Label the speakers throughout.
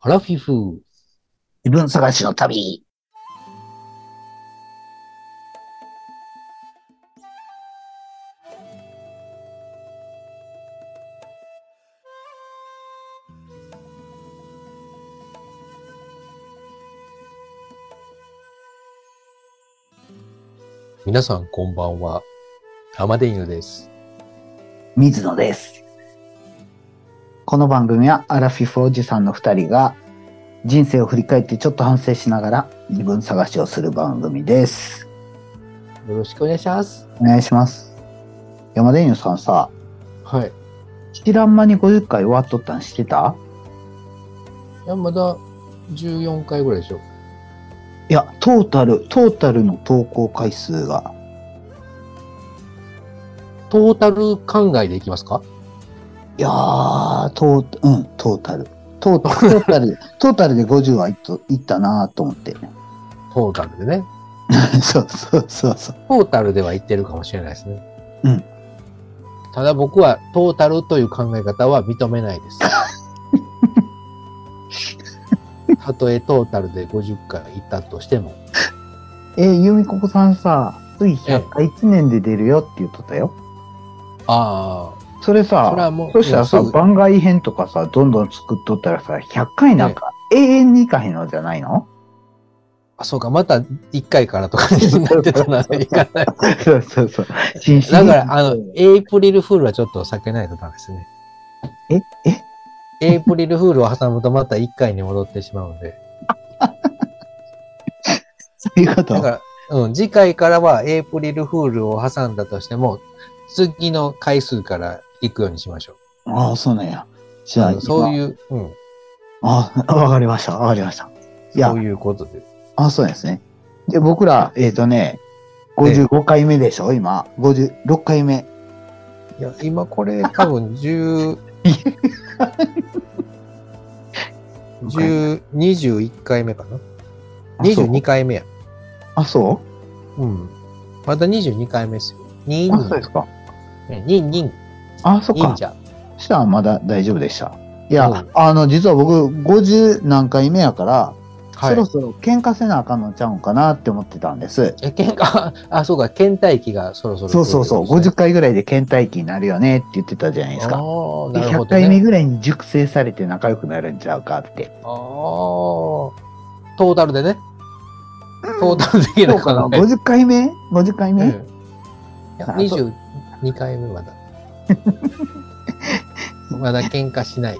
Speaker 1: アラフィフ。
Speaker 2: 自分探しの旅。
Speaker 1: 皆さんこんばんは。アマデイヌです。
Speaker 2: 水野です。この番組はアラフィフおじさんの2人が人生を振り返ってちょっと反省しながら自分探しをする番組です。
Speaker 1: よろしくお願いします。
Speaker 2: お願いします。山田犬さんさ、
Speaker 1: はい。
Speaker 2: 知らん間に50回終わっとったんしてた
Speaker 1: いや、まだ14回ぐらいでしょ。
Speaker 2: いや、トータル、トータルの投稿回数が。
Speaker 1: トータル考えでいきますか
Speaker 2: いやー、トー、うん、トータル。トートータル、トータルで50はいっといったなーと思って。
Speaker 1: トータルでね。
Speaker 2: そうそうそうそう。
Speaker 1: トータルではいってるかもしれないですね。
Speaker 2: うん。
Speaker 1: ただ僕はトータルという考え方は認めないです。 たとえトータルで50回行ったとしても。
Speaker 2: えー、ゆみここさんさ、つい100回1年で出るよって言っとったよ。
Speaker 1: あ
Speaker 2: それ
Speaker 1: あ、それは
Speaker 2: さ、
Speaker 1: もう。
Speaker 2: そしたらさ、
Speaker 1: もうすぐ
Speaker 2: 番外編とかさ、どんどん作っとったらさ、100回なんか永遠にいかへんのじゃないの
Speaker 1: あ、そうか、また1回からとかになってた らいかない。
Speaker 2: そうそうそう。新シリー
Speaker 1: だ
Speaker 2: ズ
Speaker 1: から、あの、エイプリルフールはちょっと避けないとダメですね。
Speaker 2: ええ
Speaker 1: エイプリルフールを挟むとまた1回に戻ってしまうので。
Speaker 2: そういうこ
Speaker 1: だ
Speaker 2: と。
Speaker 1: から、うん、次回からはエイプリルフールを挟んだとしても、次の回数から行くようにしましょう。
Speaker 2: ああ、そうなんや。じゃ
Speaker 1: あ
Speaker 2: あ、。
Speaker 1: のそういうう、うん、
Speaker 2: ああ、わかりました。わかりました。いや
Speaker 1: そういうことで。
Speaker 2: あ、そうですね。で、僕ら、えっ、とね、55回目でしょ、今。56回目。
Speaker 1: いや、今これ多 分10、10 21回目かな
Speaker 2: あそう
Speaker 1: ?22 回目や。
Speaker 2: あ、そ
Speaker 1: うん。また22回目ですよ。
Speaker 2: う
Speaker 1: 2
Speaker 2: あ、そうですか。
Speaker 1: ニンニン、
Speaker 2: あ、そっ
Speaker 1: 忍
Speaker 2: か。
Speaker 1: 者。
Speaker 2: そしたらまだ大丈夫でした。いや、
Speaker 1: うん
Speaker 2: あの、実は僕、50何回目やから、
Speaker 1: は
Speaker 2: そろ
Speaker 1: い。
Speaker 2: そろ喧嘩せなあかんのちゃうんかなって思ってたんです。
Speaker 1: え、喧嘩、あ、そうか、倦怠期がそろそろ来
Speaker 2: そ
Speaker 1: る
Speaker 2: う
Speaker 1: ってこ
Speaker 2: そ
Speaker 1: と
Speaker 2: う
Speaker 1: ですね、
Speaker 2: そう、50回ぐらいで倦怠期になるよねって言ってたじゃないです
Speaker 1: あ
Speaker 2: か。
Speaker 1: ー
Speaker 2: で
Speaker 1: なるほ
Speaker 2: 100
Speaker 1: ど、
Speaker 2: 回目
Speaker 1: ね。
Speaker 2: ぐらいに熟成されて仲良くなるんちゃうかって。
Speaker 1: ああー。トータルでね。トータル的
Speaker 2: そう
Speaker 1: な
Speaker 2: かな
Speaker 1: 考え。
Speaker 2: 50回目 ?50 回目、
Speaker 1: うんいや
Speaker 2: あそう
Speaker 1: 22回目ま だ。まだ喧嘩しない。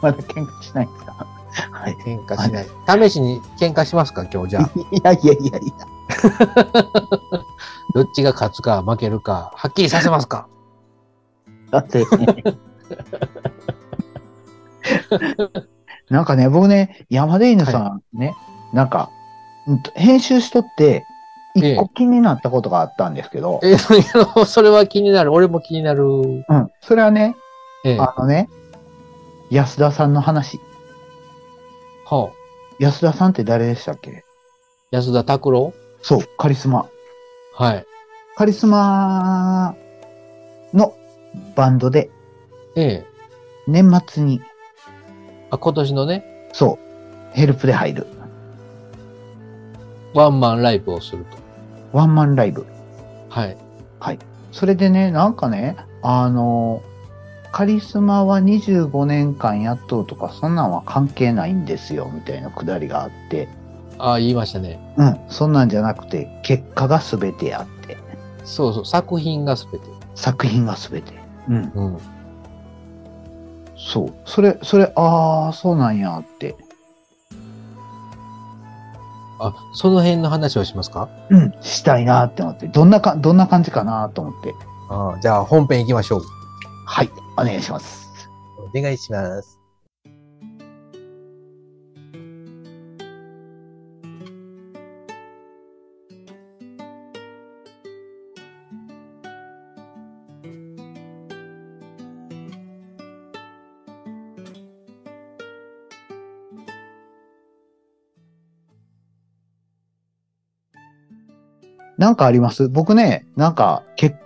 Speaker 2: まだ喧嘩しないんですかはい。
Speaker 1: 喧嘩しない。試しに喧嘩しますか、今日じゃ あ。
Speaker 2: いやいやいやいや。
Speaker 1: どっちが勝つか負けるか、はっきりさせますか。
Speaker 2: だって、なんかね、僕ね、山出犬さんね、なんか、うんと編集しとって、一個気になったことがあったんですけど、
Speaker 1: え、 それそれは気になる。俺も気になる。
Speaker 2: うん、それはね、
Speaker 1: ええ。は
Speaker 2: あのね、安田さんの話。
Speaker 1: あ、
Speaker 2: 安田さんって誰でしたっけ
Speaker 1: 安田拓郎
Speaker 2: そう、カリスマ。
Speaker 1: はい。
Speaker 2: カリスマのバンドで、
Speaker 1: ええ。
Speaker 2: 年末に、
Speaker 1: あ、今年のね、
Speaker 2: そう、ヘルプで入る。
Speaker 1: ワンマンライブをすると。
Speaker 2: ワンマンライブ。
Speaker 1: はい。
Speaker 2: それでね、なんかね、あの、カリスマは25年間やっとうとか、そんなんは関係ないんですよ、みたいなくだりがあって、
Speaker 1: ああ、言いましたね。
Speaker 2: うん、そんなんじゃなくて、結果が全てあって、
Speaker 1: そうそう。作品が全て。
Speaker 2: 作品が全て。うん、
Speaker 1: うん。
Speaker 2: そう。それ、それ、ああ、そうなんやって。
Speaker 1: あ、その辺の話をしますか
Speaker 2: うん、したいなって思って、どんなか、どんな感じかなと思って。
Speaker 1: ああ、じゃあ本編行きましょう。
Speaker 2: はい、お願いします。
Speaker 1: お願いします。
Speaker 2: なんかあります僕ね、なんか結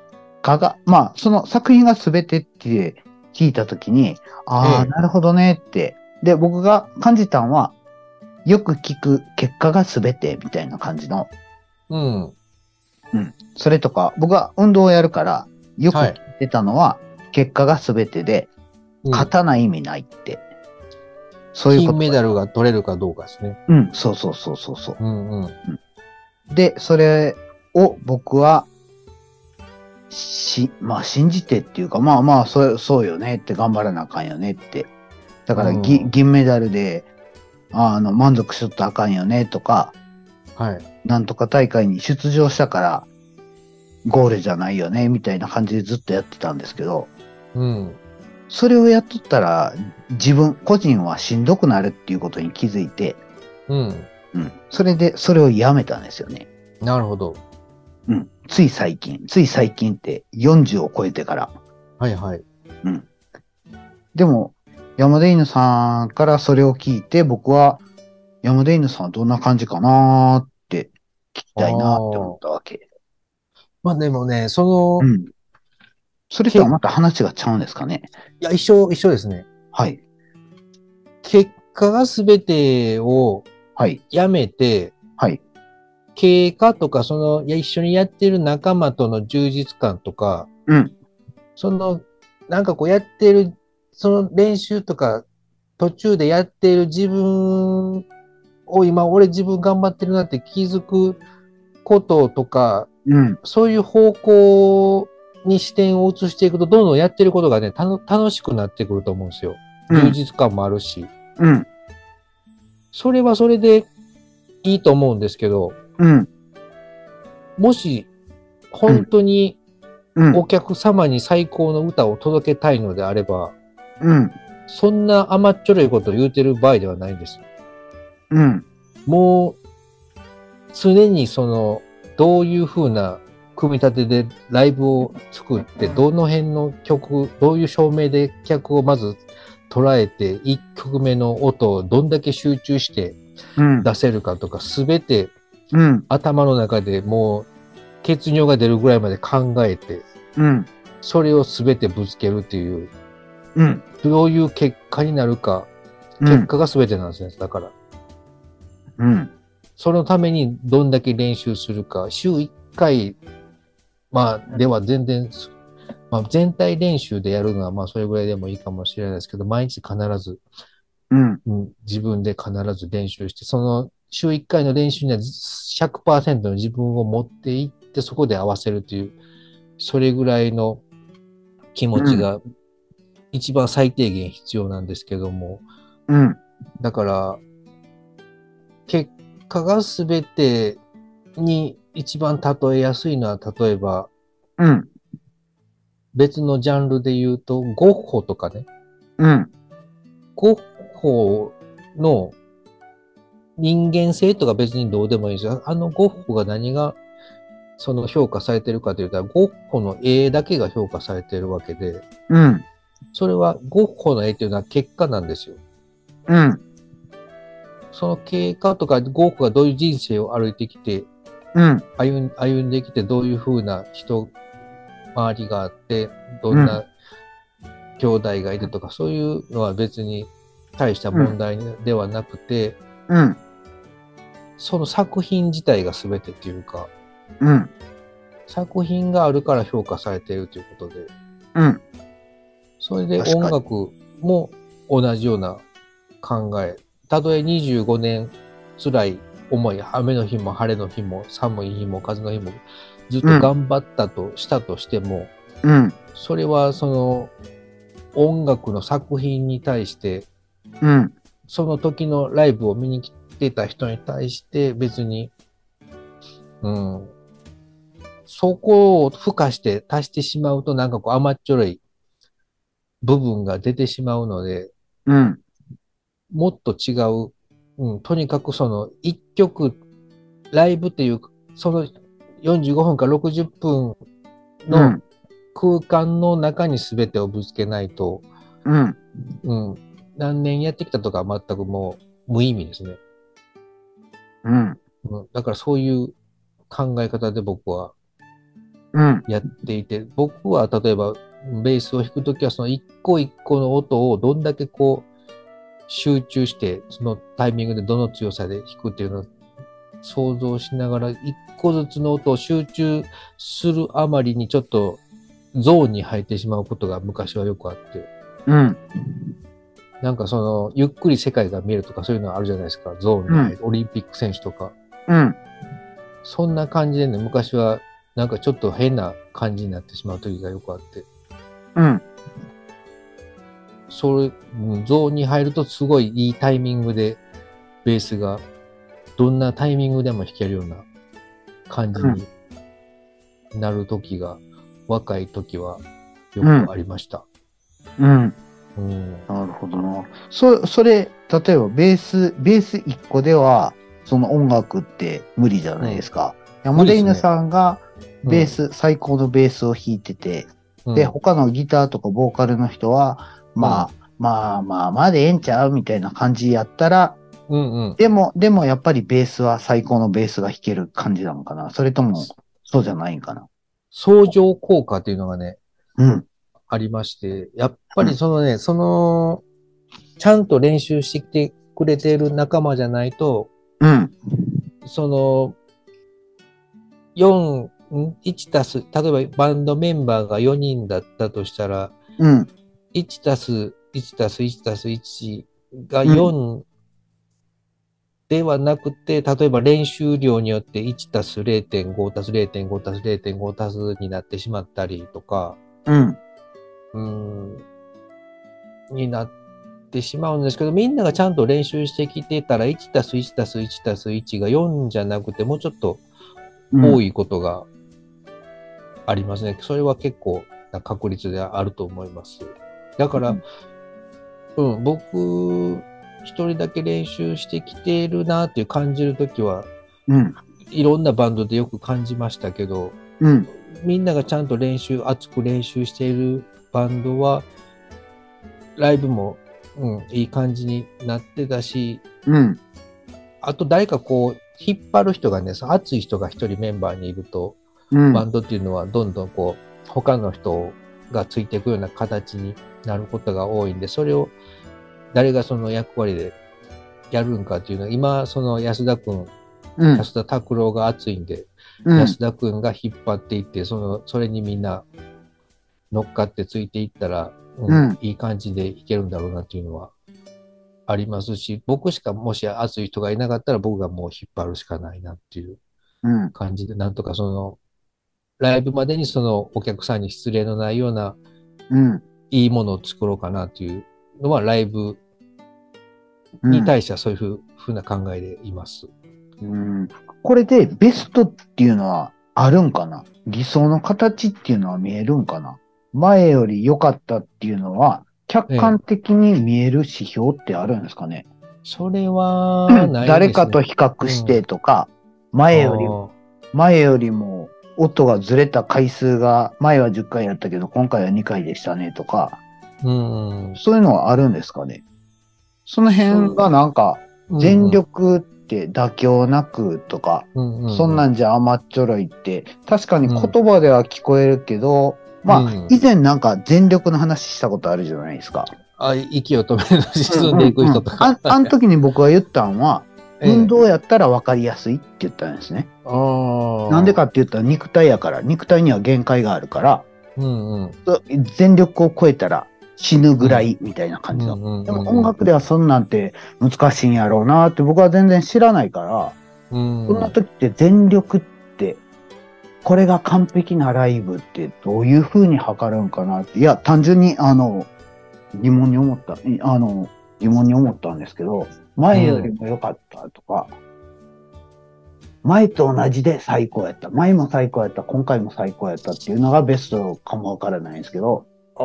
Speaker 2: 果が、まあ、その作品が全てって聞いたときに、ああ、
Speaker 1: ええ
Speaker 2: なるほどねって。で、僕が感じたんは、よく聞く結果が全てみたいな感じの、
Speaker 1: うん。
Speaker 2: それとか、僕は運動をやるから、よく
Speaker 1: は
Speaker 2: 聞
Speaker 1: い
Speaker 2: いてたのは、結果が全てで、
Speaker 1: うん
Speaker 2: 勝たない意味ないって。そういうこ
Speaker 1: 金
Speaker 2: と。
Speaker 1: メダルが取れるかどうかですね。
Speaker 2: うん、そうそうそうそうそう。
Speaker 1: うんうん。
Speaker 2: で、それを僕は、し、まあ信じてっていうか、まあまあ、そう、そうよねって頑張らなあかんよねって。だから、ぎ
Speaker 1: うん
Speaker 2: 銀メダルで、あの、満足しとったらあかんよねとか、
Speaker 1: はい。
Speaker 2: なんとか大会に出場したから、ゴールじゃないよね、みたいな感じでずっとやってたんですけど、
Speaker 1: うん。
Speaker 2: それをやっとったら、自分、個人はしんどくなるっていうことに気づいて、
Speaker 1: うん。
Speaker 2: うん。それで、それをやめたんですよね。
Speaker 1: なるほど。
Speaker 2: うん。つい最近、つい最近って40を超えてから。
Speaker 1: はいはい。
Speaker 2: でも、山田犬さんからそれを聞いて、僕は山田犬さんはどんな感じかなーって聞きたいなーって思ったわけ。
Speaker 1: まあでもね、その、
Speaker 2: う
Speaker 1: い
Speaker 2: ん。それとはまた話がちゃうんですかね。
Speaker 1: や、一緒、一緒ですね。
Speaker 2: はい。
Speaker 1: 結果が全てを
Speaker 2: はい。
Speaker 1: やめて、
Speaker 2: はい。
Speaker 1: 経過とか、その、いや一緒にやってる仲間との充実感とか、
Speaker 2: うん。
Speaker 1: その、なんかこうやってる、その練習とか、途中でやってる自分を今、俺自分頑張ってるなって気づくこととか、
Speaker 2: うん。
Speaker 1: そういう方向に視点を移していくと、どんどんやってることがね、たの楽しくなってくると思うんですよ。
Speaker 2: う
Speaker 1: 充
Speaker 2: ん。
Speaker 1: 実感もあるし。
Speaker 2: うん。
Speaker 1: それはそれでいいと思うんですけど、
Speaker 2: うん。
Speaker 1: もし、本当に
Speaker 2: うん。
Speaker 1: お客様に最高の歌を届けたいのであれば、
Speaker 2: うん。
Speaker 1: そんな甘っちょろいことを言うてる場合ではないんです。
Speaker 2: うん。
Speaker 1: もう、常にその、どういう風な組み立てでライブを作って、どの辺の曲、どういう照明で客をまず捉えて、1曲目の音をどんだけ集中して
Speaker 2: うん。
Speaker 1: 出せるかとか、すべて
Speaker 2: うん。
Speaker 1: 頭の中でもう血尿が出るぐらいまで考えて、
Speaker 2: うん。
Speaker 1: それをすべてぶつけるっていう、
Speaker 2: うん。
Speaker 1: どういう結果になるか、
Speaker 2: う
Speaker 1: 結
Speaker 2: ん。
Speaker 1: 果がすべてなんですね。だから、
Speaker 2: うん。
Speaker 1: そのためにどんだけ練習するか、週1回、まあ、では全然、まあ、全体練習でやるのは、まあ、それぐらいでもいいかもしれないですけど、毎日必ず、
Speaker 2: うん。
Speaker 1: うん自分で必ず練習して、その週1回の練習には100%の自分を持っていって、そこで合わせるという、それぐらいの気持ちが一番最低限必要なんですけども、
Speaker 2: うん。
Speaker 1: だから、結果が全てに一番例えやすいのは、例えば
Speaker 2: うん。
Speaker 1: 別のジャンルで言うと、ゴッホとかね、
Speaker 2: うん。
Speaker 1: ゴッホの人間性とか別にどうでもいいですよ。あのゴッホが何がその評価されてるかというと、ゴッホの絵だけが評価されてるわけで、
Speaker 2: うん。
Speaker 1: それはゴッホの絵というのは結果なんですよ。
Speaker 2: うん。
Speaker 1: その経過とか、ゴッホがどういう人生を歩いてきて、
Speaker 2: うん。
Speaker 1: 歩ん歩んできてどういう風な人周りがあってどんな兄弟がいてとか、そういうのは別に大した問題ではなくて、
Speaker 2: うん。
Speaker 1: その作品自体が全てっていうか
Speaker 2: うん。
Speaker 1: 作品があるから評価されているということで
Speaker 2: うん。
Speaker 1: それで
Speaker 2: 確かに
Speaker 1: 音楽も同じような考えたとえ25年辛い思い雨の日も晴れの日も寒い日も風の日もずっと頑張ったとしたとしても、
Speaker 2: うん。
Speaker 1: それはその音楽の作品に対して、
Speaker 2: うん。
Speaker 1: その時のライブを見に来てた人に対して別に、うん、そこを付加して足してしまうとなんかこう甘っちょろい部分が出てしまうので、
Speaker 2: うん。
Speaker 1: もっと違う、うん、とにかくその一曲、ライブっていう、その45分か60分
Speaker 2: う
Speaker 1: の
Speaker 2: ん。
Speaker 1: 空間の中に全てをぶつけないと、
Speaker 2: うん。
Speaker 1: うん。何年やってきたとかは全くもう無意味ですね。
Speaker 2: うん。
Speaker 1: うん、だからそういう考え方で僕は
Speaker 2: うん。
Speaker 1: やっていて、僕は例えばベースを弾くときはその一個一個の音をどんだけこう集中して、そのタイミングでどの強さで弾くっていうのを想像しながら、一個ずつの音を集中するあまりにちょっとゾーンに入ってしまうことが昔はよくあって、
Speaker 2: うん。
Speaker 1: なんかその、ゆっくり世界が見えるとかそういうのあるじゃないですか、ゾーンに入る、オリンピック選手とか。
Speaker 2: うん。
Speaker 1: そんな感じでね、昔はなんかちょっと変な感じになってしまう時がよくあって、
Speaker 2: うん。
Speaker 1: それ、うんゾーンに入るとすごいいいタイミングで、ベースがどんなタイミングでも弾けるような感じになる時が、若い時はよくありました。
Speaker 2: うん。
Speaker 1: うん。
Speaker 2: なるほどな。そ、それ、例えばベース、ベース1個では、その音楽って無理じゃないですか。山
Speaker 1: 無
Speaker 2: 田
Speaker 1: 理ですね
Speaker 2: 犬さんがベース、最高のベースを弾いてて、
Speaker 1: うん、
Speaker 2: で、他のギターとかボーカルの人は、まあ、まあまあ、まあでええんちゃうみたいな感じやったら、
Speaker 1: うんうん。
Speaker 2: でも、でもやっぱりベースは最高のベースが弾ける感じなのかなそれとも、そうじゃないんかな
Speaker 1: 相乗効果っていうのがね、
Speaker 2: うん。
Speaker 1: ありまして、やっぱりそのね、その、ちゃんと練習してきてくれている仲間じゃないと、
Speaker 2: うん。
Speaker 1: その、4、ん1たす、例えばバンドメンバーが4人だったとしたら、
Speaker 2: うん。
Speaker 1: 1たす1たす1たす1が4ではなくて、例えば練習量によって1たす0.5たす0.5たす0.5たすになってしまったりとか、
Speaker 2: うん。
Speaker 1: うーんになってしまうんですけど、みんながちゃんと練習してきてたら、1たす1たす1たす1が4じゃなくて、もうちょっと多
Speaker 2: い。
Speaker 1: いことがありますね。それは結構な確率であると思います。だから、うん、僕、一人だけ練習してきているなっていう感じるときは、
Speaker 2: うん。
Speaker 1: いろんなバンドでよく感じましたけど、
Speaker 2: うん。
Speaker 1: みんながちゃんと練習、熱く練習しているバンドは、ライブも、うん、いい感じになってたし、
Speaker 2: うん。
Speaker 1: あと誰かこう、引っ張る人がね、その熱い人が一人メンバーにいると、
Speaker 2: うん。
Speaker 1: バンドっていうのはどんどんこう、他の人がついていくような形になることが多いんで、それを誰がその役割でやるんかっていうのは、今、その安田くん、
Speaker 2: うん。
Speaker 1: 安田拓郎が熱いんで、
Speaker 2: うん
Speaker 1: 安田くんが引っ張っていって、その、それにみんな乗っかってついていったら、うん
Speaker 2: うん
Speaker 1: いい感じでいけるんだろうなっていうのはありますし、僕しかもし熱い人がいなかったら僕がもう引っ張るしかないなっていう
Speaker 2: うん。
Speaker 1: 感じで、なんとかその、ライブまでにそのお客さんに失礼のないような
Speaker 2: うん。
Speaker 1: いいものを作ろうかなっていうのはライブ
Speaker 2: うん
Speaker 1: に対してはそういうふうふうな考えでいます。
Speaker 2: うん。これでベストっていうのはあるんかな理想の形っていうのは見えるんかな前より良かったっていうのは客観的に見える指標ってあるんですかね、
Speaker 1: それはないです、ね。
Speaker 2: 誰かと比較してとか、前より、
Speaker 1: あー
Speaker 2: 前よりも音がずれた回数が前は10回やったけど今回は2回でしたねとか、
Speaker 1: うん
Speaker 2: そういうのはあるんですかねその辺がなんか
Speaker 1: うん。
Speaker 2: 全力って妥協なくとか、
Speaker 1: うんうう
Speaker 2: そんなんじゃ甘っちょろいって、確かに言葉では聞こえるけど、ま
Speaker 1: う
Speaker 2: あ
Speaker 1: ん、
Speaker 2: 以前なんか全力の話したことあるじゃないですか。
Speaker 1: あ息を止めるの沈んでいく人と
Speaker 2: うんうん
Speaker 1: か
Speaker 2: あ。あの時に僕が言ったんは、
Speaker 1: ええ
Speaker 2: 運動やったら分かりやすいって言ったんですね。
Speaker 1: ああ。
Speaker 2: なんでか。って言ったら肉体やから、肉体には限界があるから、
Speaker 1: うんうん。
Speaker 2: そ全力を超えたら死ぬぐらいみたいな感じの。で
Speaker 1: で
Speaker 2: も音楽ではそんなんて難しいんやろうなって僕は全然知らないから、
Speaker 1: うん
Speaker 2: そんな時って全力って、これが完璧なライブってどういう風に測るんかなって、いや、単純にあの、疑問に思った、いあの、疑問に思ったんですけど、前よりも良かったとか、前と同じで最高やった、前も最高やった、今回も最高やったっていうのがベストかもわからないんですけど、
Speaker 1: ああ。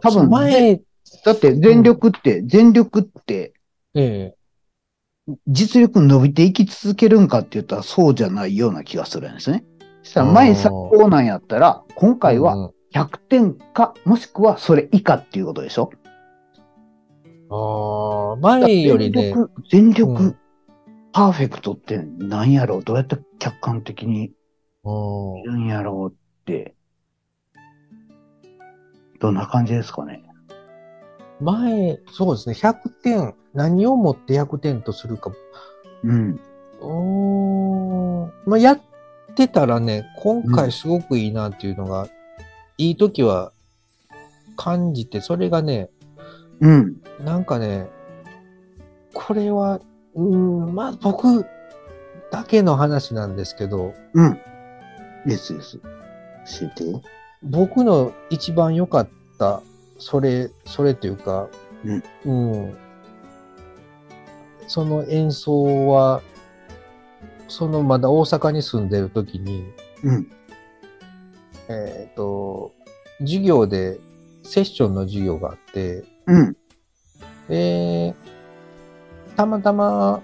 Speaker 1: 多
Speaker 2: 分
Speaker 1: 前、
Speaker 2: だって全力って、全力って、
Speaker 1: ええ。
Speaker 2: 実力伸びていき続けるんかって言ったらそうじゃないような気がするんですね。そしたら前最高なんやったら、今回は
Speaker 1: うん
Speaker 2: 100点か、もしくはそれ以下っていうことでしょ
Speaker 1: ああ。前よりね
Speaker 2: 全、力、全
Speaker 1: う
Speaker 2: 力
Speaker 1: ん、
Speaker 2: パーフェクトって何やろうどうやって客観的に
Speaker 1: うん
Speaker 2: いるんやろうって、どんな感じですかね
Speaker 1: 前、そうですね、100点。何をもって100点とするか。
Speaker 2: うん。
Speaker 1: おーまあ、やってたらね、今回すごくいいなっていうのが、いい時は感じて、それがね、
Speaker 2: うん。
Speaker 1: なんかね、これは、うーん、まあ僕だけの話なんですけど、
Speaker 2: うん。ですです。教えて。
Speaker 1: 僕の一番良かった、それ、それというか、うん。その演奏は、そのまだ大阪に住んでる時に、
Speaker 2: うん。
Speaker 1: えっ、と、授業で、セッションの授業があって、
Speaker 2: うん。
Speaker 1: で、たまたま、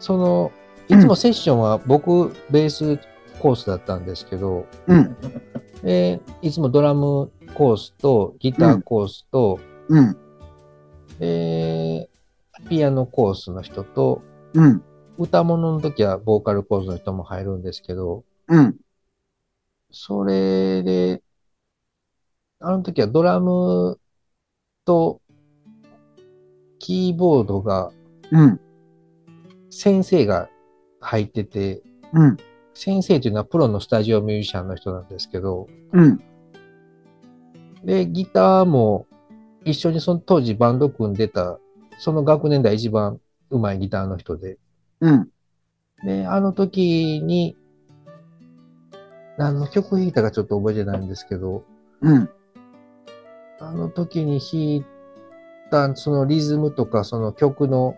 Speaker 1: その、
Speaker 2: う
Speaker 1: い
Speaker 2: ん
Speaker 1: つもセッションは僕、ベースコースだったんですけど、
Speaker 2: うん。
Speaker 1: で、いつもドラムコースとギターコースと、
Speaker 2: うん。
Speaker 1: でピアノコースの人と、
Speaker 2: うん。
Speaker 1: 歌物の時はボーカルコースの人も入るんですけど、
Speaker 2: うん。
Speaker 1: それで、あの時はドラムとキーボードが
Speaker 2: うん。
Speaker 1: 先生が入ってて、
Speaker 2: うん。
Speaker 1: 先生というのはプロのスタジオミュージシャンの人なんですけど、
Speaker 2: うん。
Speaker 1: で、ギターも一緒にその当時バンド組んでた、その学年代一番上手いギターの人で、
Speaker 2: うん。
Speaker 1: で、あの時に、何の曲弾いたかちょっと覚えてないんですけど、
Speaker 2: うん。
Speaker 1: あの時に弾いたそのリズムとかその曲の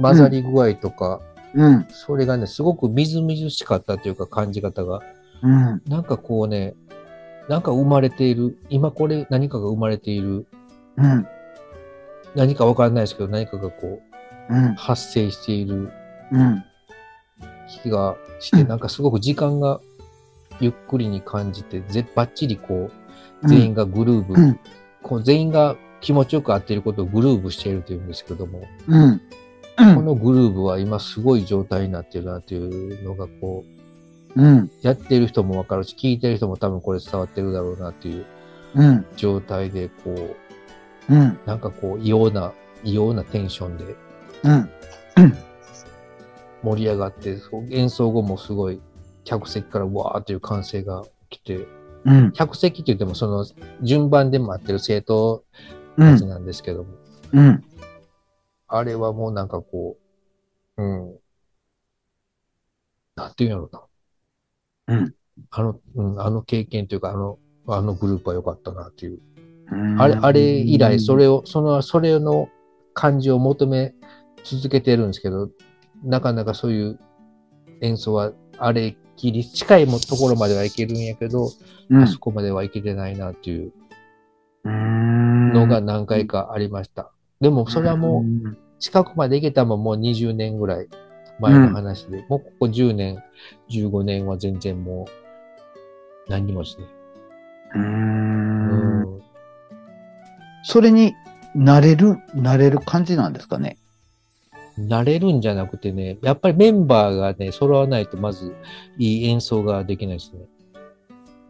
Speaker 1: 混ざり具合とか、
Speaker 2: うん。
Speaker 1: それがね、すごくみずみずしかったというか感じ方が、
Speaker 2: うん。
Speaker 1: なんかこうね、なんか生まれている、今これ何かが生まれている、
Speaker 2: うん。
Speaker 1: 何かわからないですけど何かがこう
Speaker 2: うん。
Speaker 1: 発生している
Speaker 2: うん。
Speaker 1: 気がして、
Speaker 2: うん
Speaker 1: なんかすごく時間がゆっくりに感じて、ぜばっちりこう、全員がグルーブ、
Speaker 2: うん
Speaker 1: こう全員が気持ちよく合っていることをグルーブしているというんですけども、
Speaker 2: うん。
Speaker 1: このグルーブは今すごい状態になってるなっていうのがこう、
Speaker 2: うん。
Speaker 1: やってる人もわかるし、聞いてる人も多分これ伝わってるだろうなっていう
Speaker 2: うん。
Speaker 1: 状態で、こう、
Speaker 2: うん。
Speaker 1: なんかこう、異様な、異様なテンションで
Speaker 2: うん。
Speaker 1: 盛り上がって、そう演奏後もすごい客席からわーっていう歓声が来て、
Speaker 2: うん。
Speaker 1: 客席って言ってもその順番で待ってる生徒
Speaker 2: う
Speaker 1: たち
Speaker 2: ん。
Speaker 1: なんですけども、
Speaker 2: うん。
Speaker 1: あれはもうなんかこう、うん。なんていうんやろうな。
Speaker 2: うん。
Speaker 1: あの、うん、あの経験というか、あの、あのグループは良かったなっていう。
Speaker 2: うん
Speaker 1: あれ、あれ以来、それを、その、それの感じを求め続けてるんですけど、なかなかそういう演奏は、あれっきり近いもところまではいけるんやけど、
Speaker 2: うん
Speaker 1: あそこまではいけてないなっていう
Speaker 2: うん
Speaker 1: のが何回かありました。でも、それはもう、近くまで行けたもんもう20年ぐらい前の話で、もうここ10年、15年は全然もう何にもですね。
Speaker 2: う。
Speaker 1: うんん
Speaker 2: それになれる、なれる感じなんですかね。
Speaker 1: 慣れるんじゃなくてね、やっぱりメンバーがね、揃わないとまずいい演奏ができないですね。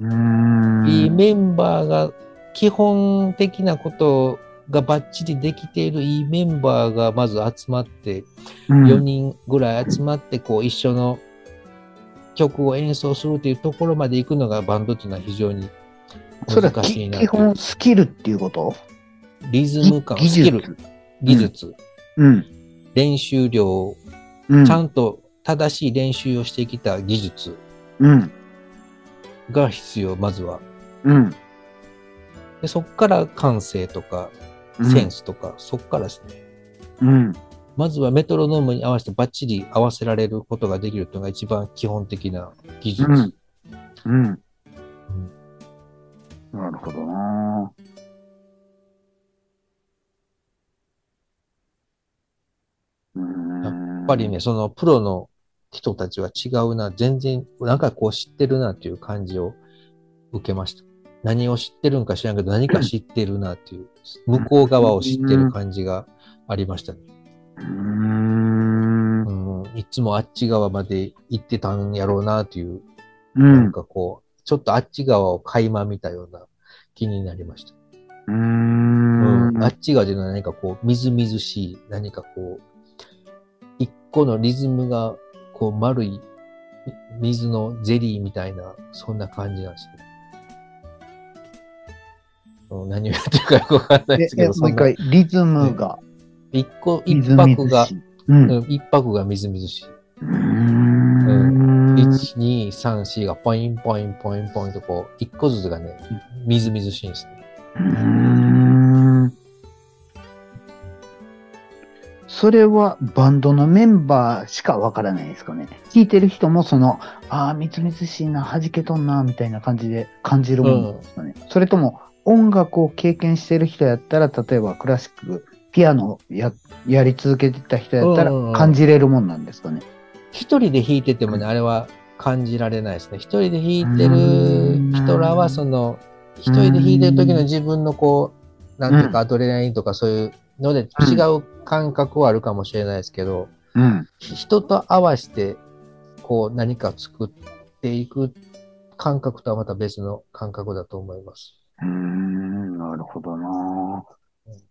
Speaker 2: うん
Speaker 1: いいメンバーが、基本的なことがバッチリできているいいメンバーがまず集まって、4人ぐらい集まってこう一緒の曲を演奏するというところまで行くのがバンドっていうのは非常に
Speaker 2: それ
Speaker 1: 難
Speaker 2: は
Speaker 1: しい
Speaker 2: き
Speaker 1: な
Speaker 2: 基
Speaker 1: という
Speaker 2: 本スキルっていうこと
Speaker 1: リズム感、
Speaker 2: 技
Speaker 1: スキル、
Speaker 2: 術。
Speaker 1: 技術、
Speaker 2: うん。
Speaker 1: 練習量を
Speaker 2: うん
Speaker 1: ちゃんと正しい練習をしてきた技術
Speaker 2: うん。
Speaker 1: が必要、まずは。
Speaker 2: うん。
Speaker 1: でそこから感性とか
Speaker 2: うん
Speaker 1: センスとか、そこからですね。
Speaker 2: うん。
Speaker 1: まずはメトロノームに合わせてバッチリ合わせられることができるというのが一番基本的な技術。
Speaker 2: うんうん。なるほどな
Speaker 1: や
Speaker 2: や
Speaker 1: やっぱりね、。そのプロの人たちは違うな、全然、なんかこう知ってるなっていう感じを受けました。何を知ってるんか知らんけど、何か知ってるなっていう、向こう側を知ってる感じがありましたね。
Speaker 2: うーん。う
Speaker 1: うん、いつもあっち側まで行ってたんやろうなっていう、なん
Speaker 2: ん。
Speaker 1: かこう、ちょっとあっち側を垣間見たような気になりました。
Speaker 2: うーん。
Speaker 1: あっちがで何かこう、みずみずしい、何かこう、一個のリズムが、こう、丸い、水のゼリーみたいな、そんな感じなんですよ。うん何をやってるかよくわかんない
Speaker 2: え
Speaker 1: ですけ
Speaker 2: え
Speaker 1: ど、
Speaker 2: も
Speaker 1: そ
Speaker 2: う一
Speaker 1: んな
Speaker 2: 回、リズムが、
Speaker 1: 一個、
Speaker 2: み
Speaker 1: 一
Speaker 2: ずみず
Speaker 1: 泊が、
Speaker 2: しい。うん。う
Speaker 1: うん一泊がみずみずしい。
Speaker 2: ーん。
Speaker 1: 1、2、3、4がポインポインポインポインとこう、一個ずつがね、みずみずしいんですね。
Speaker 2: うーんそれはバンドのメンバーしかわからないですかね。聞いてる人もその、ああ、みずみずしいな、弾けとんな、みたいな感じで感じるものなんですかね。それとも音楽を経験してる人やったら、例えばクラシック、ピアノをややり続けてた人やったら
Speaker 1: うんうんうん
Speaker 2: 感じれるもんなんですかね。
Speaker 1: 一人で弾いててもね、あれは感じられないですね。一人で弾いてる人らは、その、一人で弾いてる時の自分のこう、なんていうか、アドレナリンとかそういうので違う感覚はあるかもしれないですけど、
Speaker 2: うん。
Speaker 1: ひ人と合わせて、こう、何か作っていく感覚とはまた別の感覚だと思います。
Speaker 2: うーん、なるほどな。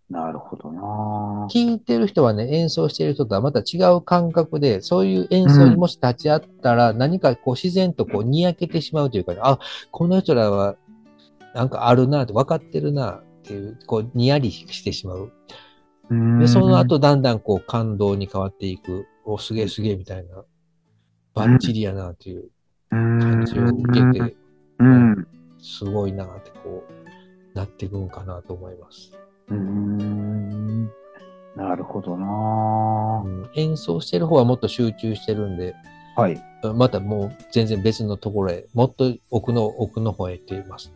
Speaker 2: なるほどな。
Speaker 1: 聴いてる人はね、演奏してる人とはまた違う感覚で、そういう演奏にもし立ち会ったら、何かこう自然とこうにやけてしまうというか、あ、この人らはなんかあるなって分かってるなっていう、こうにやりしてしまう。
Speaker 2: うーん
Speaker 1: で、その後だんだんこう感動に変わっていく。お、すげえすげえみたいな。バッチリやなという感
Speaker 2: 感
Speaker 1: じを受けて、
Speaker 2: うん。
Speaker 1: すごいなってこう、なっていくんかなと思います。
Speaker 2: うーんなるほどな
Speaker 1: う
Speaker 2: ぁ
Speaker 1: ん演奏してる方はもっと集中してるんで、
Speaker 2: はい。
Speaker 1: またもう全然別のところへ、もっと奥の奥の方へ行っていますね。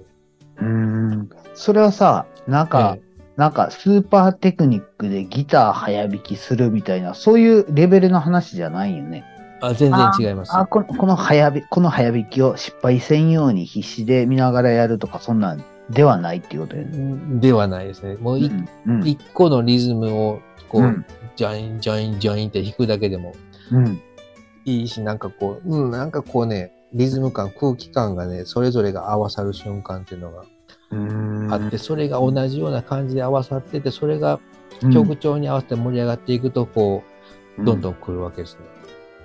Speaker 2: うーん。それはさ、なんか、
Speaker 1: え
Speaker 2: なんかスーパーテクニックでギター早弾きするみたいな、そういうレベルの話じゃないよね。
Speaker 1: えあ全然違います。
Speaker 2: あ、この、この早弾き、この早弾きを失敗せんように必死で見ながらやるとか、そんなんではないっていうことよね。
Speaker 1: ではないですね。もうい
Speaker 2: うん。
Speaker 1: 一、個のリズムを、こう、
Speaker 2: うん
Speaker 1: ジョインジョインジョインって弾くだけでも
Speaker 2: うん。
Speaker 1: いいし、なんかこう、うん、なんかこうね、リズム感、空気感がね、それぞれが合わさる瞬間っていうのが
Speaker 2: うん
Speaker 1: あって、それが同じような感じで合わさってて、それが
Speaker 2: うん
Speaker 1: 曲調に合わせて盛り上がっていくと、こう、どんどん来るわけですね。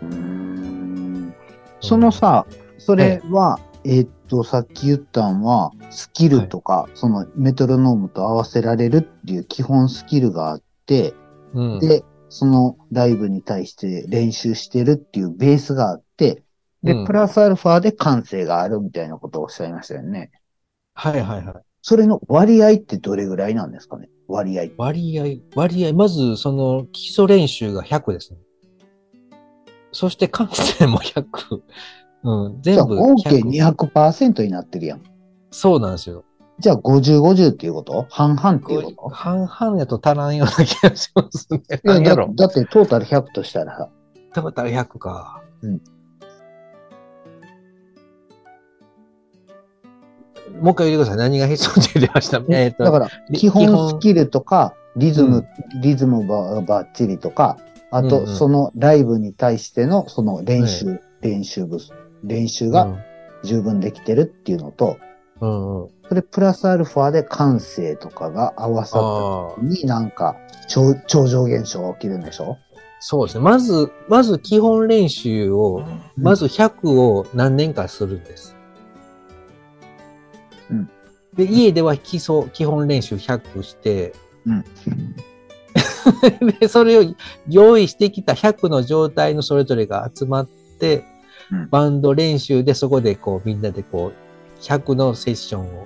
Speaker 2: うーんそのさ、それは、えーっと、さっき言ったんは、スキルとか、そのメトロノームと合わせられるっていう基本スキルがあって、
Speaker 1: うん。
Speaker 2: で、そのライブに対して練習してるっていうベースがあって、で、
Speaker 1: うん
Speaker 2: プラスアルファで感性があるみたいなことをおっしゃいましたよね。
Speaker 1: はいはいはい。
Speaker 2: それの割合ってどれぐらいなんですかね割合。
Speaker 1: 割合、割合、まずその基礎練習が100ですね。そして感性も100。うん、
Speaker 2: じゃあ、
Speaker 1: 全部
Speaker 2: 合計
Speaker 1: 100。
Speaker 2: 200%になってるやん。
Speaker 1: そうなんですよ。
Speaker 2: じゃあ、50、50っていうこと半々っていうこと
Speaker 1: 半々やと足らんような気がしますね。
Speaker 2: いや
Speaker 1: 何やろ
Speaker 2: だだってトータル100としたらさ、
Speaker 1: だから100か。
Speaker 2: うん
Speaker 1: もう一回言ってください。何が必要って言ってました。えっと、
Speaker 2: だから
Speaker 1: り
Speaker 2: 基
Speaker 1: 基
Speaker 2: 本
Speaker 1: 本
Speaker 2: スキルとか、リズム、リズムばばっちりとか、あ
Speaker 1: うん
Speaker 2: と
Speaker 1: うん
Speaker 2: そのライブに対してのその練習、練習部、練習が十分できてるっていうのと、
Speaker 1: うん、うんうん。
Speaker 2: それプラスアルファで感性とかが合わさ
Speaker 1: ああ
Speaker 2: った。時になんか超超常現象が起きるんでしょ
Speaker 1: そうですね。まず、まず基本練習を、まず100を何年かするんです。
Speaker 2: うん
Speaker 1: で、家では基礎、基本練習100して、
Speaker 2: うん。
Speaker 1: で、それを用意してきた100の状態のそれぞれが集まって、
Speaker 2: うん
Speaker 1: バンド練習でそこでこうみんなでこう100のセッションを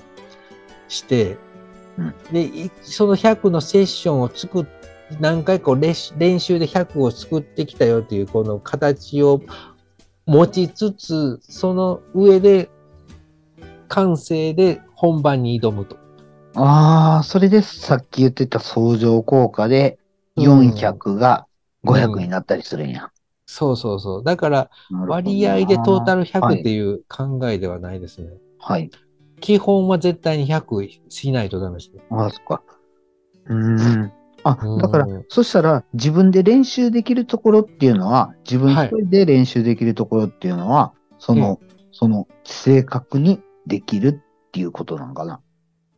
Speaker 1: して、
Speaker 2: うん
Speaker 1: で、いその100のセッションを作っ何回こう練習練習で100を作ってきたよっていうこの形を持ちつつ、その上で完成で本番に挑むと。
Speaker 2: ああ、それでさっき言ってた相乗効果で400が500になったりするんや。
Speaker 1: そうそうそう。だから
Speaker 2: なるほどな
Speaker 1: 割合でトータル
Speaker 2: はい
Speaker 1: 100っていう考えではないですね。
Speaker 2: はい。
Speaker 1: 基本は絶対に100しないとダメですね。
Speaker 2: あ、そっか。うーん。あ
Speaker 1: う、ん
Speaker 2: だから、そしたら自分で練習できるところっていうのは、自分
Speaker 1: はい
Speaker 2: 一人で練習できるところっていうのは、その、その、正確にできるっていうことなんかな。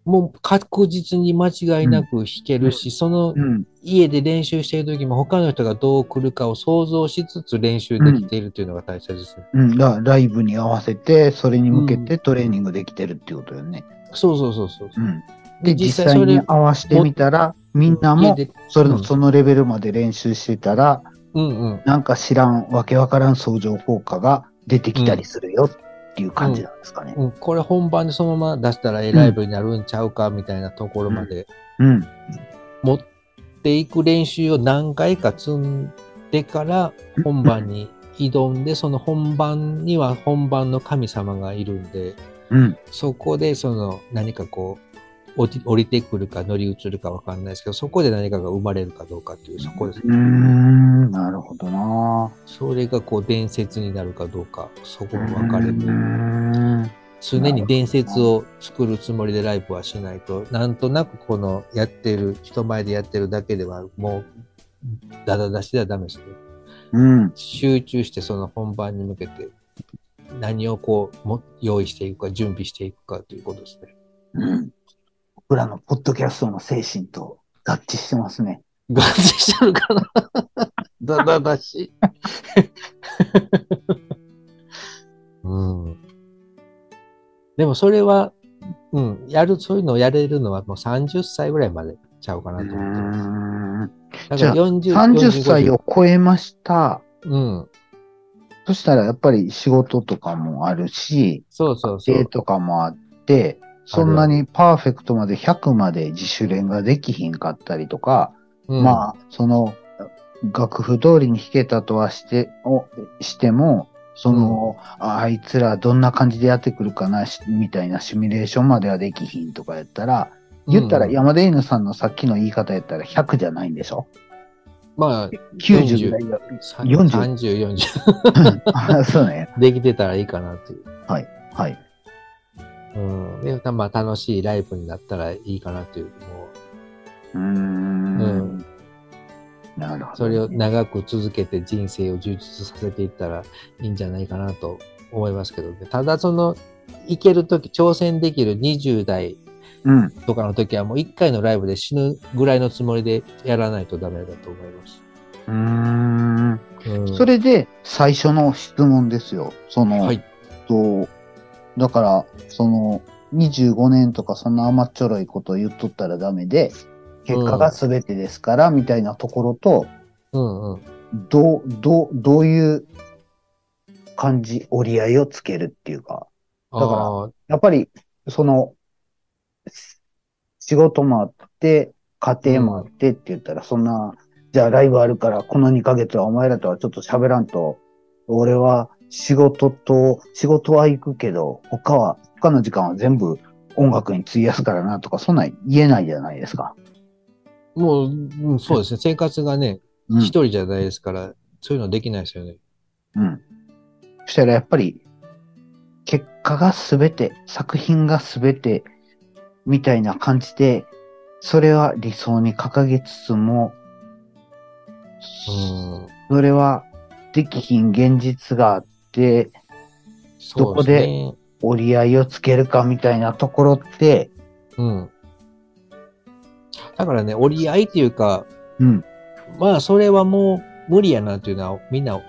Speaker 1: もう確実に間違いなく弾けるし、その
Speaker 2: うん。
Speaker 1: 家で練習している時も他の人がどう来るかを想像しつつ練習できているというのが大切ですね。
Speaker 2: うん。だからライブに合わせて、それに向けてトレーニングできてるってことよね。
Speaker 1: そうそうそうそう。
Speaker 2: うん。
Speaker 1: で
Speaker 2: で、実際に合わせてみたら、みん
Speaker 1: 家
Speaker 2: なも、
Speaker 1: で
Speaker 2: それ
Speaker 1: う
Speaker 2: の、
Speaker 1: ん
Speaker 2: そのレベルまで練習してたら、
Speaker 1: うんうん。
Speaker 2: なんか知らん、わけわからん相乗効果が出てきたりするよっていう感じなんですかね。
Speaker 1: うん、これ本番でそのまま出したらええライブになるんちゃうかみたいなところまで
Speaker 2: うん。
Speaker 1: 持っていく練習を何回か積んでから本番に挑んで、その本番には本番の神様がいるんで、
Speaker 2: うん。
Speaker 1: そこでその何かこう、降り降りてくるか乗り移るかわかんないですけど、そこで何かが生まれるかどうかっていう、そこです
Speaker 2: うーん。なるほどな
Speaker 1: それがこう伝説になるかどうか、そこ
Speaker 2: う
Speaker 1: の分かれ
Speaker 2: ー
Speaker 1: る。
Speaker 2: ん
Speaker 1: 常に伝説を作るつもりでライブはしないと、なんとなくこのやってる、人前でやってるだけではもう、ダダ出しではダメですね。
Speaker 2: うん。
Speaker 1: 集中してその本番に向けて、何をこうも用意していくか、準備していくかということですね。
Speaker 2: うん。僕らのポッドキャストの精神と合致してますね。
Speaker 1: 合致してるかなダダ出し。うん。でもそれは、うん、やる、そういうのをやれるのはもう30歳ぐらいまでちゃうかなと思ってます。だ
Speaker 2: じ
Speaker 1: か
Speaker 2: ゃ
Speaker 1: ら
Speaker 2: あ
Speaker 1: 40
Speaker 2: 30歳。
Speaker 1: 40
Speaker 2: を超えました。
Speaker 1: うん。
Speaker 2: そしたらやっぱり仕事とかもあるし、
Speaker 1: そうそうそ
Speaker 2: 絵
Speaker 1: う。
Speaker 2: とかもあって、そんなにパーフェクトまで100まで自主練ができひんかったりとか、
Speaker 1: うん、
Speaker 2: まあ、その楽譜通りに弾けたとはして、をしても、その、ああいつらどんな感じでやってくるかな、しみたいなシミュレーションまではできひんとかやったら、言ったら
Speaker 1: うん、
Speaker 2: 山田犬さんのさっきの言い方やったら100じゃないんでしょ
Speaker 1: まあ、
Speaker 2: ?90 ぐらいが。40
Speaker 1: 30、40
Speaker 2: あ そうね。
Speaker 1: できてたらいいかなという。
Speaker 2: はい。
Speaker 1: うん。で、まあ楽しいライブになったらいいかなという。もう
Speaker 2: うーん
Speaker 1: うん
Speaker 2: なるほど、
Speaker 1: それを長く続けて人生を充実させていったらいいんじゃないかなと思いますけどね。ただその、行けるとき、挑戦できる20代
Speaker 2: うん。
Speaker 1: とかの時はもう1回のライブで死ぬぐらいのつもりでやらないとダメだと思います。
Speaker 2: うーん。
Speaker 1: うん
Speaker 2: それで最初の質問ですよ。その、
Speaker 1: はい
Speaker 2: と、だから、その、25年とかそんな甘っちょろいことを言っとったらダメで、結果が全てですから、みたいなところと、
Speaker 1: うんうん。
Speaker 2: どう、どう、どういう感じ、折り合いをつけるっていうか、
Speaker 1: だ
Speaker 2: からやっぱり、その、仕事もあって、家庭もあってって言ったら、そんな、じゃあライブあるから、この2ヶ月はお前らとはちょっと喋らんと、俺は仕事と、仕事は行くけど、他は、他の時間は全部音楽に費やすからなとか、そんなん言えないじゃないですか。
Speaker 1: もう、うんそうですね。生活がね、
Speaker 2: う
Speaker 1: 一
Speaker 2: ん。
Speaker 1: 人じゃないですから、そういうのできないですよね。
Speaker 2: うん、そしたらやっぱり、結果が全て、作品が全て、みたいな感じで、それは理想に掲げつつも、
Speaker 1: うん。
Speaker 2: それはできひん現実があって、
Speaker 1: そうですね。
Speaker 2: 折り合いをつけるかみたいなところって、
Speaker 1: うん。だからね、折り合いっていうか、
Speaker 2: うん、
Speaker 1: まあ、それはもう無理やなっていうのは、みんな、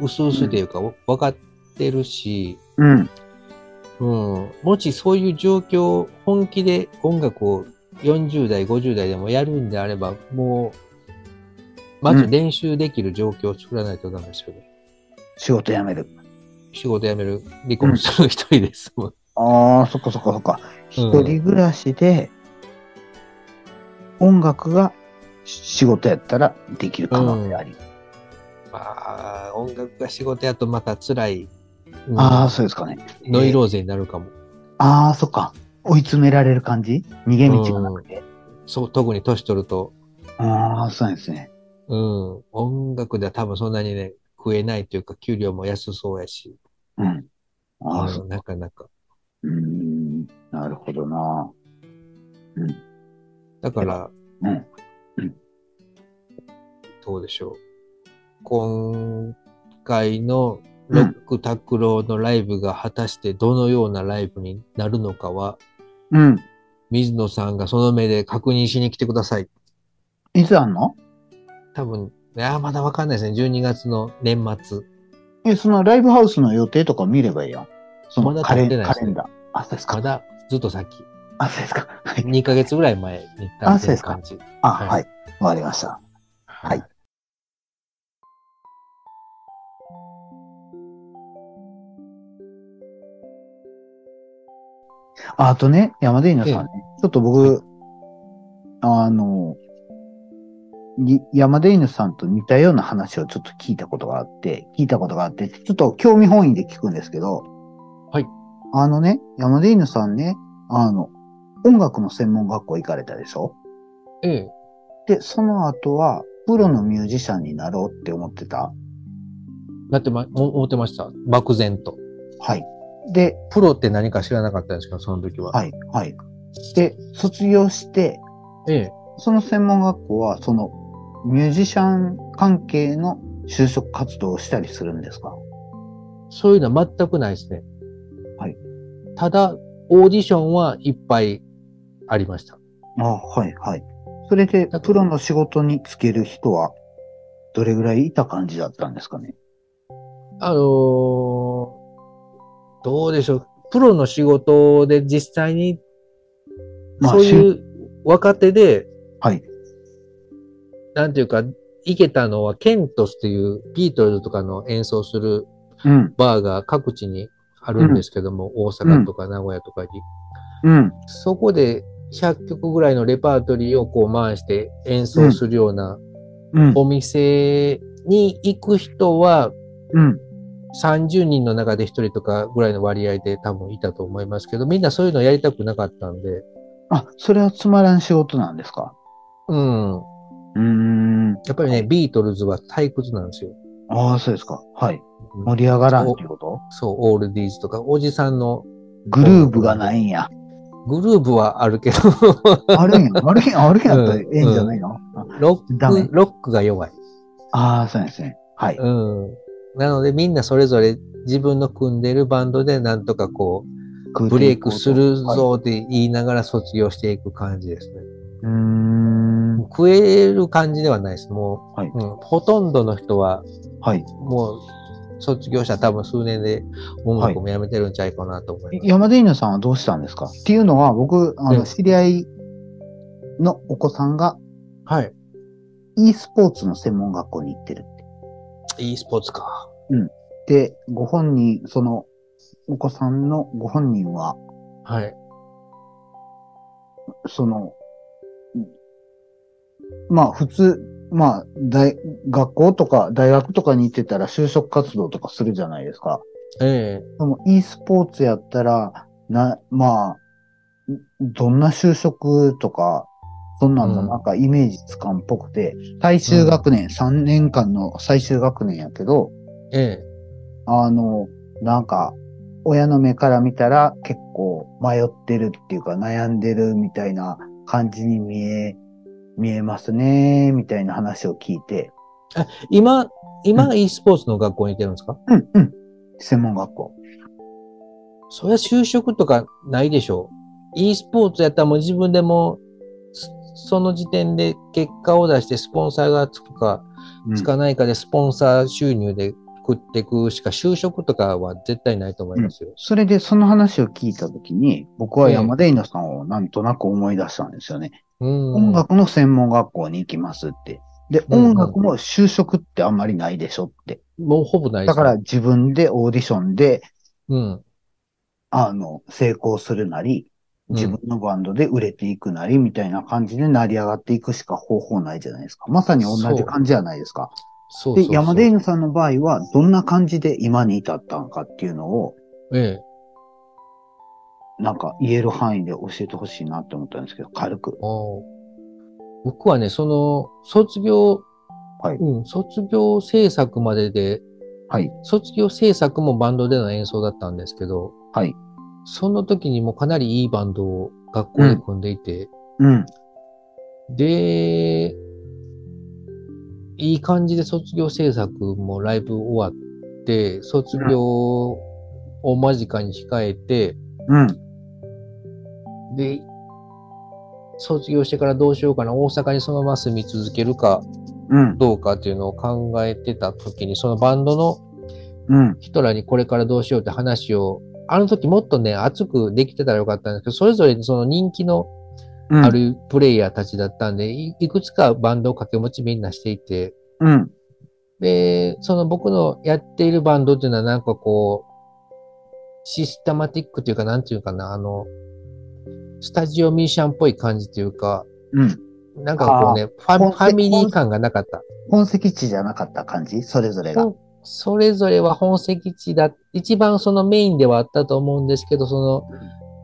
Speaker 1: 薄々というか、分かってるし、
Speaker 2: うん、
Speaker 1: うん。もしそういう状況、本気で音楽を40代、50代でもやるんであれば、もう、まず練習できる状況を作らないとダメですよね。
Speaker 2: 仕事辞める。
Speaker 1: 仕事辞める、離婚する一人ですもん。
Speaker 2: ああ、そっかそっかそっか。一
Speaker 1: うん
Speaker 2: 人暮らしで、音楽が仕事やったらできる可能性あり。
Speaker 1: まあ、音楽が仕事やとまた辛い、うん
Speaker 2: ああ、そうですかね。
Speaker 1: ノイローゼになるかも。
Speaker 2: ああ、そっか。追い詰められる感じ逃げ道がなくて。
Speaker 1: そう、特に年取ると、
Speaker 2: ああ、そうですね。
Speaker 1: うん、音楽では多分そんなにね、食えないというか、給料も安そうやし、
Speaker 2: うん。ああ、そう
Speaker 1: うんなかなか。
Speaker 2: うーん。なるほどな。
Speaker 1: だから、
Speaker 2: うん。
Speaker 1: どうでしょう。今回のロック拓郎のライブが果たしてどのようなライブになるのかは、
Speaker 2: うん。
Speaker 1: 水野さんがその目で確認しに来てください。
Speaker 2: いつあんの
Speaker 1: 多分、いやー、まだわかんないですね。12月の年末。
Speaker 2: え、そのライブハウスの予定とか見ればいいやん。そ
Speaker 1: ま
Speaker 2: の
Speaker 1: だ
Speaker 2: カレ,、
Speaker 1: 立ってない
Speaker 2: カ
Speaker 1: ですね
Speaker 2: レンダー。あ、そうです
Speaker 1: ま
Speaker 2: か。
Speaker 1: だ、ずっと先。
Speaker 2: あ、そうですか。はい。
Speaker 1: 2ヶ月ぐらい前に行った
Speaker 2: あ
Speaker 1: っ
Speaker 2: そ
Speaker 1: て
Speaker 2: う
Speaker 1: い
Speaker 2: で
Speaker 1: う
Speaker 2: すか
Speaker 1: 感じ。
Speaker 2: あ、
Speaker 1: はい
Speaker 2: はい。わかりました。はいああとね、山田稲さんね、ちょっと僕、あの、に山田犬さんと似たような話をちょっと聞いたことがあって、聞いたことがあって、ちょっと興味本位で聞くんですけど、
Speaker 1: はい。
Speaker 2: あのね、山田犬さんね、あの、音楽の専門学校行かれたでしょ
Speaker 1: ええ。
Speaker 2: で、その後は、プロのミュージシャンになろうって思ってた。
Speaker 1: なってま、も思ってました。漠然と。
Speaker 2: はい。で、
Speaker 1: プロって何か知らなかったんですけど、その時は。
Speaker 2: はい、はい。で、卒業して、
Speaker 1: ええ。
Speaker 2: その専門学校は、その、ミュージシャン関係の就職活動をしたりするんですか
Speaker 1: そういうのは全くないですね。
Speaker 2: はい。
Speaker 1: ただ、オーディションはいっぱいありました。
Speaker 2: あはい、はい。それで
Speaker 1: だから、
Speaker 2: プロの仕事に就ける人は、どれぐらいいた感じだったんですかね
Speaker 1: あのーどうでしょう。プロの仕事で実際に、
Speaker 2: まあ
Speaker 1: そうい
Speaker 2: し
Speaker 1: う若手で、
Speaker 2: はい。
Speaker 1: なんていうか、いけたのは、ケントスっていうビートルズとかの演奏する
Speaker 2: うん、
Speaker 1: バーが各地にあるんですけども、大阪とか名古屋とかに。
Speaker 2: うん、
Speaker 1: そこで100曲ぐらいのレパートリーをこう回して演奏するような
Speaker 2: うん、
Speaker 1: お店に行く人は
Speaker 2: うん。
Speaker 1: 30人の中で1人とかぐらいの割合で多分いたと思いますけど、みんなそういうのやりたくなかったんで、
Speaker 2: あ、それはつまらん仕事なんですか
Speaker 1: うん。
Speaker 2: うーん。
Speaker 1: やっぱりね、ビートルズは退屈なんですよ。
Speaker 2: ああ、そうですか。はい。
Speaker 1: うん
Speaker 2: 盛り上がらんっていうこと
Speaker 1: そう、オールディーズとか、おじさんの
Speaker 2: グルーブがないんや。
Speaker 1: グルーブはあるけど、
Speaker 2: あるんや、あるんや、あるんやったらええんじゃないの、
Speaker 1: ロ
Speaker 2: ダメ
Speaker 1: ック、ロックが弱い。
Speaker 2: ああ、そうなんですね。はい。
Speaker 1: うん。なのでみんなそれぞれ自分の組んでるバンドでなんとかこう、ブレイクする
Speaker 2: はい
Speaker 1: ぞって言いながら卒業していく感じですね。
Speaker 2: うーん。
Speaker 1: もう食える感じではないです。もう、
Speaker 2: はい
Speaker 1: うんほとんどの人は
Speaker 2: はい。
Speaker 1: もう卒業者多分数年で音楽もやめてるんちゃいかなと思います。
Speaker 2: 山田犬さんはどうしたんですかっていうのは、僕、あ
Speaker 1: う
Speaker 2: の、
Speaker 1: ん
Speaker 2: 知り合いのお子さんが
Speaker 1: はい。
Speaker 2: e スポーツの専門学校に行ってる。
Speaker 1: e スポーツか。
Speaker 2: で、ご本人、その、お子さんのご本人は、
Speaker 1: はい。
Speaker 2: その、まあ普通、まあ大、学校とか大学とかに行ってたら就職活動とかするじゃないですか。
Speaker 1: ええ
Speaker 2: でも e スポーツやったら、な、まあ、どんな就職とか、そんなんもなんかイメージつかんっぽくて、最終学年、3年間の最終学年やけど、
Speaker 1: ええ
Speaker 2: あの、なんか、親の目から見たら結構迷ってるっていうか悩んでるみたいな感じに見え、見えますね、みたいな話を聞いて。
Speaker 1: 今、
Speaker 2: う
Speaker 1: 今 e スポーツの学校に行ってるんですか
Speaker 2: うん、うん。専門学校。
Speaker 1: そりゃ就職とかないでしょう。e スポーツやったらもう自分でもう、そその時点で結果を出してスポンサーがつくか、
Speaker 2: うん
Speaker 1: つかないかでスポンサー収入で食っていくしか就職とかは絶対ないと思いますよ。
Speaker 2: それでその話を聞いたときに、僕は山田稲さんをなんとなく思い出したんですよね。
Speaker 1: うん
Speaker 2: 音楽の専門学校に行きますって。で、
Speaker 1: うんうん
Speaker 2: 音楽も就職ってあんまりないでしょって。
Speaker 1: もうほぼないで
Speaker 2: だ
Speaker 1: すね
Speaker 2: から、自分でオーディションで、
Speaker 1: うん。
Speaker 2: あの、成功するなり、
Speaker 1: うん
Speaker 2: 自分のバンドで売れていくなり、みたいな感じで成り上がっていくしか方法ないじゃないですか。まさに同じ感じじゃないですか。
Speaker 1: そうそうそう
Speaker 2: で、山出犬さんの場合は、どんな感じで今に至ったのかっていうのを、
Speaker 1: ええ。
Speaker 2: なんか言える範囲で教えてほしいなって思ったんですけど、軽く。
Speaker 1: おー僕はね、その、卒業、
Speaker 2: はい
Speaker 1: うん、卒業制作までで、
Speaker 2: はい。
Speaker 1: 卒業制作もバンドでの演奏だったんですけど、
Speaker 2: はい。
Speaker 1: その時にもうかなりいいバンドを学校で組んでいて、
Speaker 2: うん。
Speaker 1: で、いい感じで卒業制作もライブ終わって、卒業を間近に控えて、
Speaker 2: うん。
Speaker 1: で、卒業してからどうしようかな、大阪にそのまま住み続けるか
Speaker 2: うん。
Speaker 1: どうかっていうのを考えてた時に、そのバンドの
Speaker 2: うん。
Speaker 1: 人らにこれからどうしようって話を、あの時もっとね、熱くできてたらよかったんですけど、それぞれにその人気の
Speaker 2: うん。
Speaker 1: あ。るプレイヤーたちだったんで、いいくつかバンドを掛け持ちみんなしていて、
Speaker 2: うん。
Speaker 1: で、その僕のやっているバンドっていうのはなんかこう、システマティックというか、なんていうかな、あの、スタジオミュージシャンっぽい感じというか、
Speaker 2: うん。
Speaker 1: なんかこうね、ファ
Speaker 2: コン
Speaker 1: フ
Speaker 2: セ
Speaker 1: ァミリー感がなかった。
Speaker 2: 本籍地じゃなかった感じそれぞれが。
Speaker 1: そそれぞれは本籍地だ、一番そのメインではあったと思うんですけど、その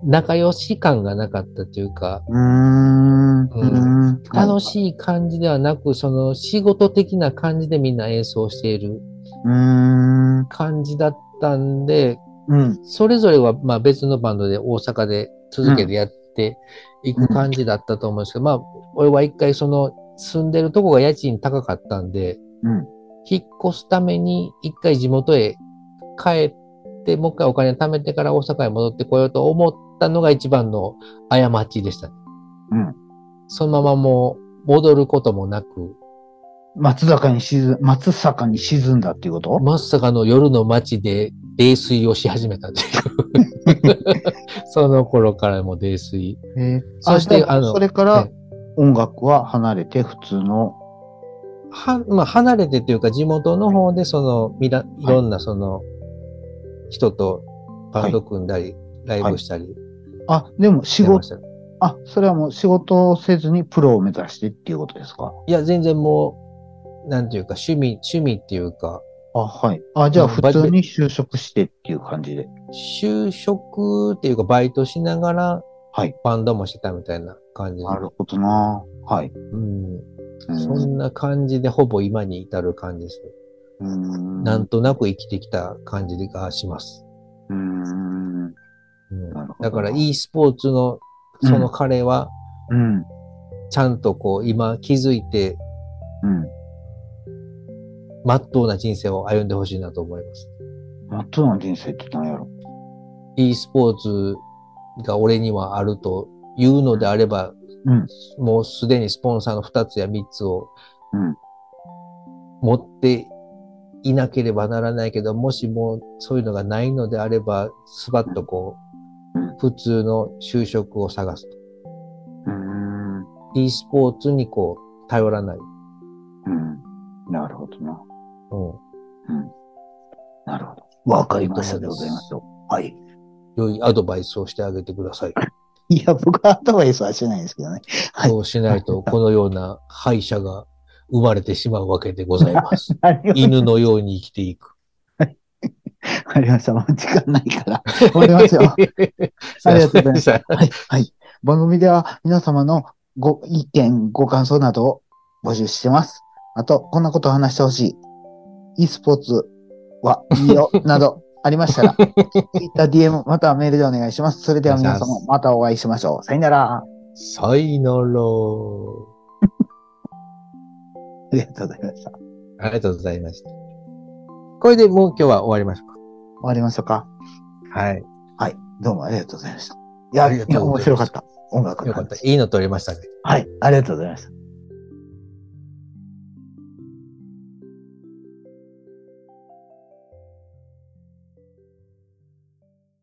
Speaker 1: 仲良し感がなかったというか、
Speaker 2: うーん。うん。
Speaker 1: 楽しい感じではなく、その仕事的な感じでみんな演奏している
Speaker 2: うーん。
Speaker 1: 感じだったんで、
Speaker 2: うん。
Speaker 1: それぞれはまあ別のバンドで大阪で続けてやっていく感じだったと思うんですけど、まあ、俺は一回その住んでるとこが家賃高かったんで、
Speaker 2: うん。
Speaker 1: 引っ越すために一回地元へ帰って、もう一回お金貯めてから大阪へ戻ってこようと思ったのが一番の過ちでした、ね。
Speaker 2: うん。
Speaker 1: そのままもう戻ることもなく、
Speaker 2: 松坂に沈、松坂に沈んだっていうこと
Speaker 1: まさかの夜の街で泥酔をし始めたっていう。 その頃からも泥酔。
Speaker 2: えー
Speaker 1: そして
Speaker 2: あじゃ
Speaker 1: あの
Speaker 2: それから
Speaker 1: え
Speaker 2: 音楽は離れて普通の、
Speaker 1: は、まあ、離れてというか、地元の方で、その、みだ、いろんな、その、人とバンド組んだり、ライブしたり
Speaker 2: あ、でも仕
Speaker 1: してまし
Speaker 2: 事、
Speaker 1: たね、
Speaker 2: あ、それはもう仕事をせずにプロを目指してっていうことですか
Speaker 1: いや、全然もう、なんていうか、趣味、趣味っていうか、
Speaker 2: あ、はい。あ、じゃあ
Speaker 1: うん
Speaker 2: 普通に就職してっていう感じで。
Speaker 1: 就職っていうか、バイトしながら、
Speaker 2: はい。
Speaker 1: バンドもしてたみたいな感じで
Speaker 2: なるほどなはい。
Speaker 1: うん。
Speaker 2: う
Speaker 1: そんな感じで、ほぼ今に至る感じですね。
Speaker 2: ん
Speaker 1: なんとなく生きてきた感じがします。
Speaker 2: うーん。う
Speaker 1: うん
Speaker 2: なるほど
Speaker 1: だから e スポーツのその彼は、
Speaker 2: ん。
Speaker 1: ちゃんとこう今気づいて、
Speaker 2: うん。
Speaker 1: まっとうな人生を歩んでほしいなと思います。
Speaker 2: マットの人生って何やろ
Speaker 1: e スポーツが俺にはあると言うのであれば、
Speaker 2: うん
Speaker 1: もうすでにスポンサーの2つや3つを
Speaker 2: うん
Speaker 1: 持っていなければならないけど、もしもうそういうのがないのであれば、スバッとこ
Speaker 2: うん
Speaker 1: う、普通の就職を探すと。
Speaker 2: うーん。
Speaker 1: e スポーツにこう、頼らない。
Speaker 2: うん。なるほどな。
Speaker 1: うん。
Speaker 2: うん。なるほど。わかりましたでございますよ。はい。
Speaker 1: 良いアドバイスをしてあげてください。
Speaker 2: いや、僕はアドバイスはしないですけどね。はい
Speaker 1: そうしないと、このような敗者が生まれてしまうわけでござい ます。
Speaker 2: ありがとう
Speaker 1: 犬のように生きていく。
Speaker 2: わかりました。もう時間ないから。終わりますよ。ありがとうございます
Speaker 1: す。
Speaker 2: はい。はい。番組では皆様のご意見、ご感想などを募集してます。あと、こんなことを話してほしい。e スポーツはいいよ、などありましたら、Twitter、DM、またはメールでお願いします。それでは皆
Speaker 1: お願いし
Speaker 2: 様
Speaker 1: ま、
Speaker 2: またお会いしましょう。さよなら。あ
Speaker 1: さいなら。
Speaker 2: りがとうございました。終
Speaker 1: ありがとうございました。これでもう今日は終わりましょ
Speaker 2: わりましょうか。
Speaker 1: うか。はい。
Speaker 2: はい。どうもありがとうございました。いや、
Speaker 1: ありがとうございます
Speaker 2: 面白かった。音楽
Speaker 1: よ
Speaker 2: の
Speaker 1: かっ
Speaker 2: 話
Speaker 1: た。いいの取れましたね。
Speaker 2: はい。ありがとうございました。